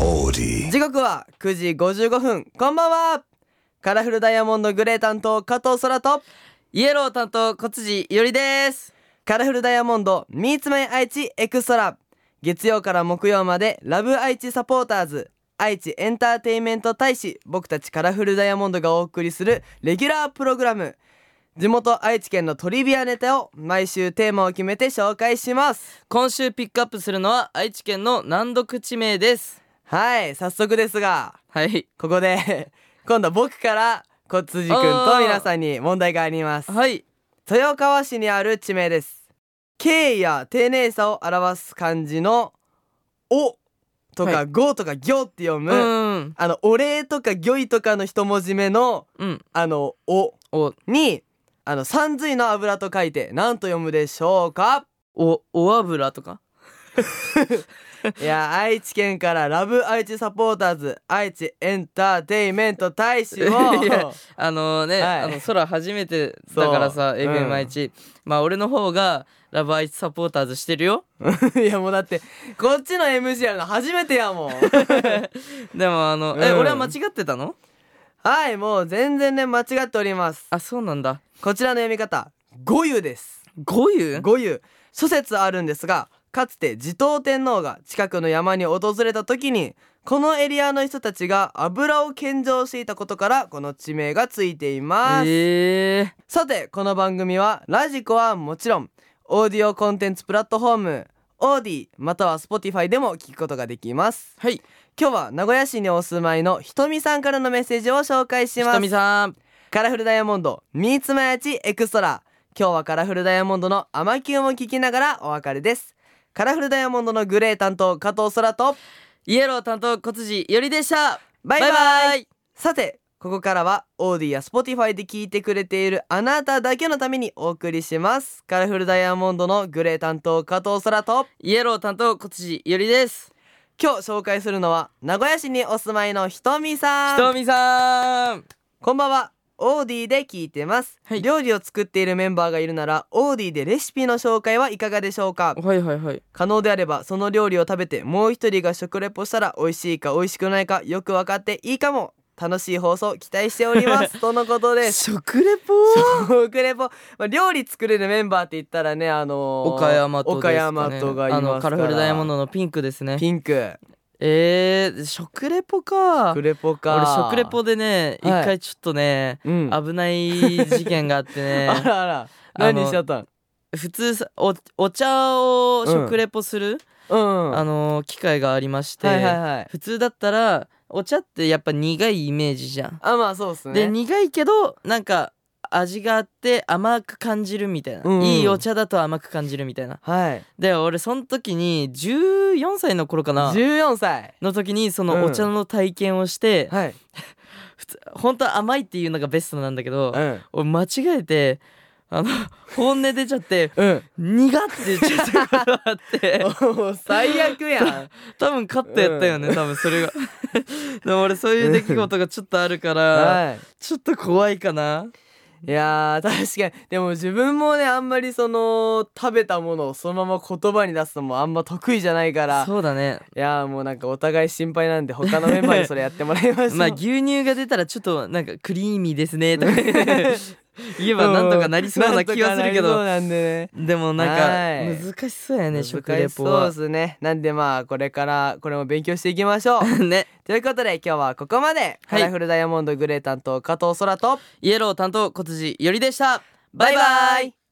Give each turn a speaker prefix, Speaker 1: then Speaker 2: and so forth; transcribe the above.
Speaker 1: オーディ
Speaker 2: 時刻は9時55分こんばんはカラフルダイヤモンドグレー担当加藤空と
Speaker 3: イエロー担当小辻よりです
Speaker 2: カラフルダイヤモンド Meets My 愛知エクストラ月曜から木曜までラブ愛知サポーターズ愛知エンターテインメント大使僕たちカラフルダイヤモンドがお送りするレギュラープログラム地元愛知県のトリビアネタを毎週テーマを決めて紹介します
Speaker 3: 今週ピックアップするのは愛知県の難読地名です
Speaker 2: はい早速ですが
Speaker 3: はい
Speaker 2: ここで 今度は僕から小辻君と皆さんに問題があります
Speaker 3: はい
Speaker 2: 豊川市にある地名です敬意や丁寧さを表す漢字の「お」と
Speaker 3: は
Speaker 2: か「ご」とか「行」って読
Speaker 3: う
Speaker 2: む、
Speaker 3: ん
Speaker 2: あのお礼とか「御意」とかの一文字目の
Speaker 3: うん
Speaker 2: あの「お
Speaker 3: お」
Speaker 2: にあの三髄の油と書いて何と読むでしょうか
Speaker 3: おお油とか
Speaker 2: いや愛知県からラブ愛知サポーターズ愛知エンターテインメント大使
Speaker 3: いや
Speaker 2: を
Speaker 3: あのね、
Speaker 2: はい
Speaker 3: あの空初めて
Speaker 2: そう
Speaker 3: だからさ
Speaker 2: うん
Speaker 3: FM 愛知、まあ俺の方がラブ愛知サポーターズしてるよ
Speaker 2: いやもうだってこっちの MC やるの初めてやもん
Speaker 3: でもあの、え
Speaker 2: うん
Speaker 3: 俺は間違ってたの
Speaker 2: はいもう全然ね間違っております
Speaker 3: あそうなんだ
Speaker 2: こちらの読み方五湯です
Speaker 3: 五湯
Speaker 2: 五湯諸説あるんですがかつて持統天皇が近くの山に訪れた時にこのエリアの人たちが油を献上していたことからこの地名がついています、
Speaker 3: ええ
Speaker 2: さてこの番組はラジコはもちろんオーディオコンテンツプラットフォームオーディまたは Spotify でも聞くことができます
Speaker 3: はい
Speaker 2: 今日は名古屋市にお住まいのひとみさんからのメッセージを紹介し
Speaker 3: ひ
Speaker 2: ます
Speaker 3: とみさん
Speaker 2: カラフルダイヤモンド「ミーツマヤチエクストラ」今日はカラフルダイヤモンドの「アマキュン」を聞きながらお別れですカラフルダイヤモンドのグレー担当加藤空と
Speaker 3: イエロー担当小辻よりでした
Speaker 2: バイバイ
Speaker 3: バイバイ
Speaker 2: さてここからはオーディや Spotify で聞いてくれているあなただけのためにお送りしますカラフルダイヤモンドのグレー担当加藤空と
Speaker 3: イエロー担当小辻よりです
Speaker 2: 今日紹介するのは名古屋市にお住まいのひとみさ
Speaker 3: ひ
Speaker 2: ん
Speaker 3: とみさん
Speaker 2: こんばんは。オーディで聞いてます、
Speaker 3: はい
Speaker 2: 料理を作っているメンバーがいるならオーディでレシピの紹介はいかがでしょうか
Speaker 3: はいはいはい
Speaker 2: 可能であればその料理を食べてもう一人が食レポしたら美味しいか美味しくないかよく分かっていいかも楽しい放送期待しており ますとのことです
Speaker 3: 食レポ
Speaker 2: 食レポ、まあ、料理作れるメンバーって言ったらねあのー
Speaker 3: 岡山とです
Speaker 2: 岡
Speaker 3: か、ね、
Speaker 2: 山とがい
Speaker 3: あ
Speaker 2: ますから
Speaker 3: のカラフルダイヤモンドのピンクですね
Speaker 2: ピンク
Speaker 3: えー、食レポか
Speaker 2: 食レポか
Speaker 3: 俺食レポでね一、
Speaker 2: はい
Speaker 3: 回ちょっとね
Speaker 2: うんあ
Speaker 3: 危ない事件があってね
Speaker 2: ら あら何しちゃったん
Speaker 3: 普通さおお茶を食レポする、
Speaker 2: うん
Speaker 3: あの機会がありまして、
Speaker 2: はいはいはい
Speaker 3: 普通だったらお茶ってやっぱ苦いイメージじゃん、
Speaker 2: あまあそうっすね
Speaker 3: で苦いけどなんか味があって甘く感じるみたいな、
Speaker 2: うんうん
Speaker 3: いいお茶だと甘く感じるみたいな
Speaker 2: はい
Speaker 3: で俺その時に14歳の頃かな
Speaker 2: 14歳
Speaker 3: の時にそ
Speaker 2: うん
Speaker 3: のお茶の体験をして、
Speaker 2: はい、
Speaker 3: 普通本当は甘いっていうのがベストなんだけど、
Speaker 2: ん
Speaker 3: 俺間違えてあの本音出ちゃって
Speaker 2: うん
Speaker 3: 「苦っ!」って言っちゃったことがあって
Speaker 2: もう最悪やん
Speaker 3: 多分カットやったよね、多分それがでも俺そういう出来事がちょっとあるか ら、
Speaker 2: は
Speaker 3: ちょっと怖いかない
Speaker 2: いやー確かにでも自分もねあんまりその食べたものをそのまま言葉に出すのもあんま得意じゃないから
Speaker 3: そうだね
Speaker 2: いやーもうなんかお互い心配なんで他のメンバーにそれやってもらいましょう、
Speaker 3: まあ牛乳が出たらちょっとなんかクリーミーです ねとか言えばなんとかなりそうな気はするけ
Speaker 2: うん
Speaker 3: ど
Speaker 2: なんとかなりそうなんでね
Speaker 3: でもなん
Speaker 2: はい
Speaker 3: か難しそうやね食レポ
Speaker 2: そう
Speaker 3: は
Speaker 2: で。すねなんでまあこれからこれも勉強していきま しょう
Speaker 3: ね
Speaker 2: ということで今日はここまでカラフルダイヤモンドグレー担当加藤空と
Speaker 3: イエロー担当小辻よりでした
Speaker 2: バイバイ